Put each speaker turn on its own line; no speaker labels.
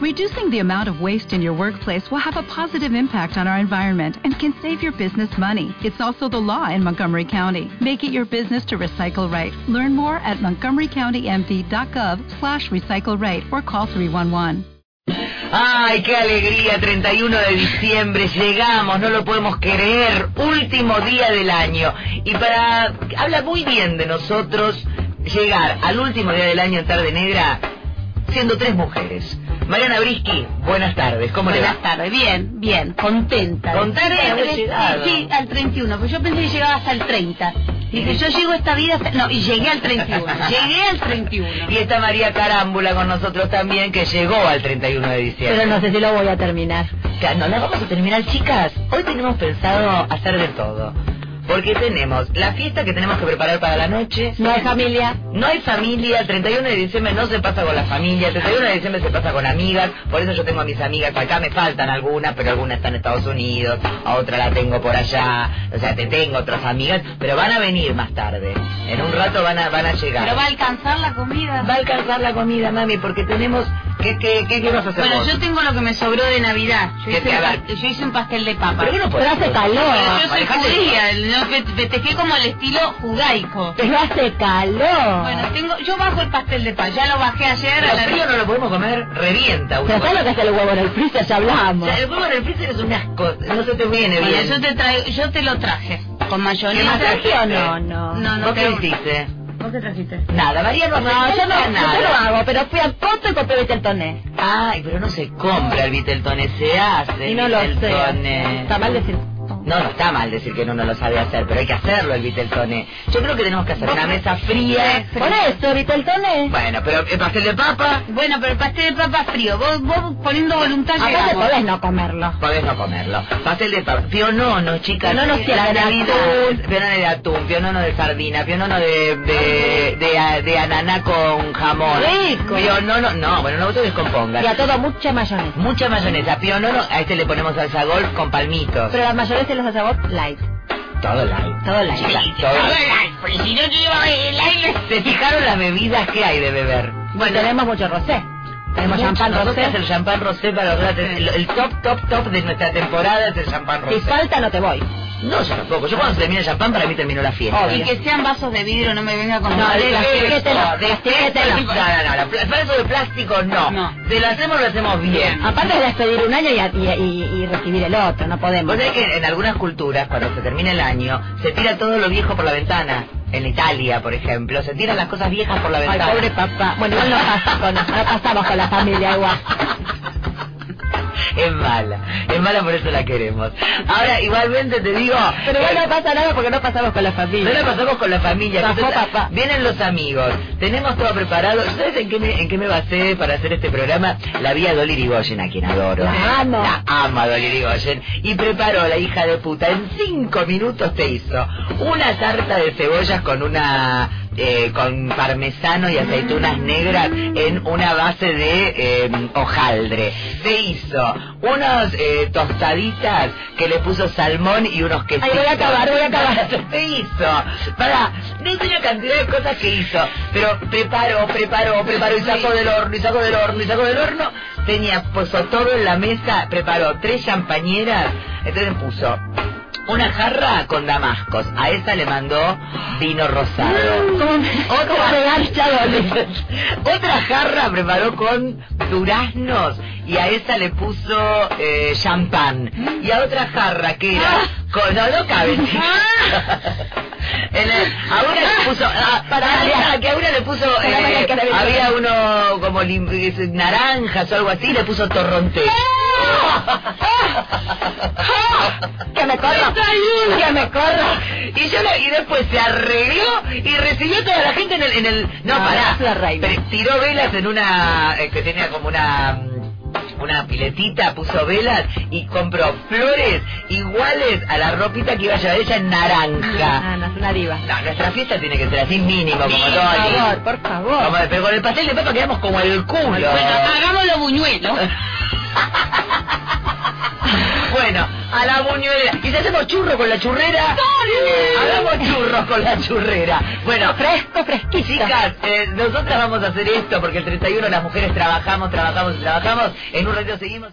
Reducing the amount of waste in your workplace will have a positive impact on our environment and can save your business money. It's also the law in Montgomery County. Make it your business to recycle right. Learn more at montgomerycountymd.gov slash recycle right or call 311.
Ay, qué alegría, 31 de diciembre, llegamos, no lo podemos creer, último día del año. Y para, habla muy bien de nosotros llegar al último día del año en Tarde Negra siendo tres mujeres. Mariana Brisky, buenas tardes, ¿cómo le va?
Buenas tardes, bien, bien, contenta.
Contenta de haber
Eh,
llegado.
Sí, al 31, pues yo pensé que llegaba hasta el 30. Dije, yo llego a esta vida hasta... No, y llegué al 31, llegué al 31.
Y está María Carámbula con nosotros también, que llegó al 31 de diciembre.
Pero no sé si lo voy a terminar.
Ya, No la vamos a terminar, chicas. Hoy tenemos pensado hacer de todo. Porque tenemos la fiesta que tenemos que preparar para la noche.
No hay familia,
No hay familia, el 31 de diciembre no se pasa con la familia, el 31 de diciembre se pasa con amigas, por eso yo tengo a mis amigas acá, me faltan algunas, pero algunas están en Estados Unidos, a otra la tengo por allá, o sea, te tengo otras amigas, pero van a venir más tarde, en un rato van a, van a llegar.
pero va a alcanzar la comida.
Va a alcanzar la comida, mami, porque tenemos... ¿Qué, qué, qué, qué vas a hacer
Bueno,
vos?
yo tengo lo que me sobró de Navidad. Yo,
¿Qué
hice
te-
un,
a ver?
pas- yo hice un pastel de papa.
Pero uno puede-
hace calor. Pero yo soy
Manejate.
judía, no, fe- festejé como el estilo judaico.
Pero hace calor.
Bueno, tengo, yo bajo el pastel de papa, ya lo bajé ayer a
Pero
la
frío no lo podemos comer, revienta. uno.
Pero ¿sabes lo que hace el huevo en el freezer? Ya
O
hablamos.
sea, el huevo en el freezer es un asco, no se te viene
Bueno,
bien.
yo te traigo, yo te lo traje con
¿Qué más
mayonesa.
trajiste?
o no? No.
No, no
¿Vos qué
tengo-
hiciste?
¿Vos qué trajiste?
Nada, María no,
No, yo no,
nada.
yo no lo hago, pero fui a Coto y compré Beteltoné.
Ay, pero no se compra el Viteltone, se hace.
Y
el
no lo sé.
Viteltone.
Está mal decir.
No, no está mal decir que uno no lo sabe hacer, pero hay que hacerlo el Viteltone. Yo creo que tenemos que hacer una mesa fría.
Por eso, Beteltoné.
Bueno, pero el pastel de papa
Bueno, pero el pastel de papa frío, vos, vos poniendo voluntad
Aparte
llegamos.
podés no comerlo.
podés no comerlo. Pastel de papa, pionono, chicas.
Pionono
de
cierra de atún.
Pionono de atún, pionono de sardina, pionono de, de, de, de ananá con jamón.
Rico.
Pionono, no, bueno, no te descompongas.
Y a todo mucha mayonesa.
Mucha mayonesa, pionono, a este le ponemos salsa golf con palmitos.
Pero la mayonesa los hace a vos light.
Todo light.
Todo light.
Chicas, todo light.
si no llevo el aire.
¿Se fijaron las bebidas que hay de beber?
Bueno, tenemos mucho rosé. Tenemos
Mucho.
champán
Nosotros
rosé.
el champán rosé para ahora ten- el, el top, top, top de nuestra temporada es el champán
Si
rosé.
falta, no te voy.
No, yo tampoco. Yo cuando se termina el champán, para mí terminó la fiesta.
Obvio.
Y que sean vasos de vidrio, no me venga con
No,
la
de
de-
eso,
etiquétela,
de-
etiquétela.
No, no, no, la pla- pedazo de plástico no.
No.
Si lo hacemos, lo hacemos bien.
Aparte de despedir un año y, a- y- y- y recibir el otro, no podemos.
Vos sabés que en algunas culturas, cuando se termina el año, se tira todo lo viejo por la ventana. En Italia, por ejemplo, se tiran las cosas viejas por la
Ay,
ventana.
pobre papá. Bueno, igual no, pasa con, no pasamos con la familia igual.
Es mala, es mala por eso la queremos. Ahora, igualmente te digo...
Pero igual no pasa nada porque no pasamos con la
No
familia.
la pasamos con la familia.
Bajó
entonces,
papá.
Vienen los amigos. Tenemos todo preparado. ¿Sabes en qué me, en qué me basé para hacer este programa? La vi a Dolly Rigoyen, a quien adoro.
La amo.
La amo a Dolly Rigoyen. Y preparó la hija de puta. En cinco minutos te hizo una tarta de cebollas con una... eh, con parmesano y aceitunas
Mm.
negras en una base de eh, hojaldre. Se hizo unas eh, tostaditas que le puso salmón y unos que
Ay, voy a acabar, voy a acabar.
¿Qué hizo? Para, no sé la cantidad de cosas que hizo, pero preparó, preparó, preparó y sacó del horno, y sacó del horno, y sacó del horno. Tenía, puso todo en la mesa, preparó tres champañeras, entonces puso una jarra con damascos, a esa le mandó vino rosado.
Otra de garcha Dolly.
Otra jarra preparó con duraznos y a esa le puso eh, champán.
Mm.
Y a otra jarra que era...
Ah.
Con, no, no cabe. En el- a una le puso... ah, para, ah, que a una le puso...
Para,
eh,
para, que la-
había uno como lim- es- naranjas o algo así y le puso torronté.
Ah. Que me corro. Que me corro.
Y yo la- y después se arregló y recibió toda la gente en el, en el no,
No,
pará,
Ah, es la reina.
Pero tiró velas en una eh, que tenía como una mm, una piletita, puso velas y compró flores iguales a la ropita que iba a llevar ella en naranja.
Ah, no, es una diva.
No, nuestra fiesta tiene que ser así mínimo como
Por
Dolly.
favor, por
Como-
favor.
pero con el pastel de papa quedamos como el culo.
Bueno, hagámoslo buñuelo.
Bueno, a la buñuelera. Y si hacemos churro con la churrera, hagamos churros con la churrera. Bueno,
Fresco, fresquito.
Chicas, eh, nosotras vamos a hacer esto porque el 31 las mujeres trabajamos, trabajamos y trabajamos. En un ratito seguimos.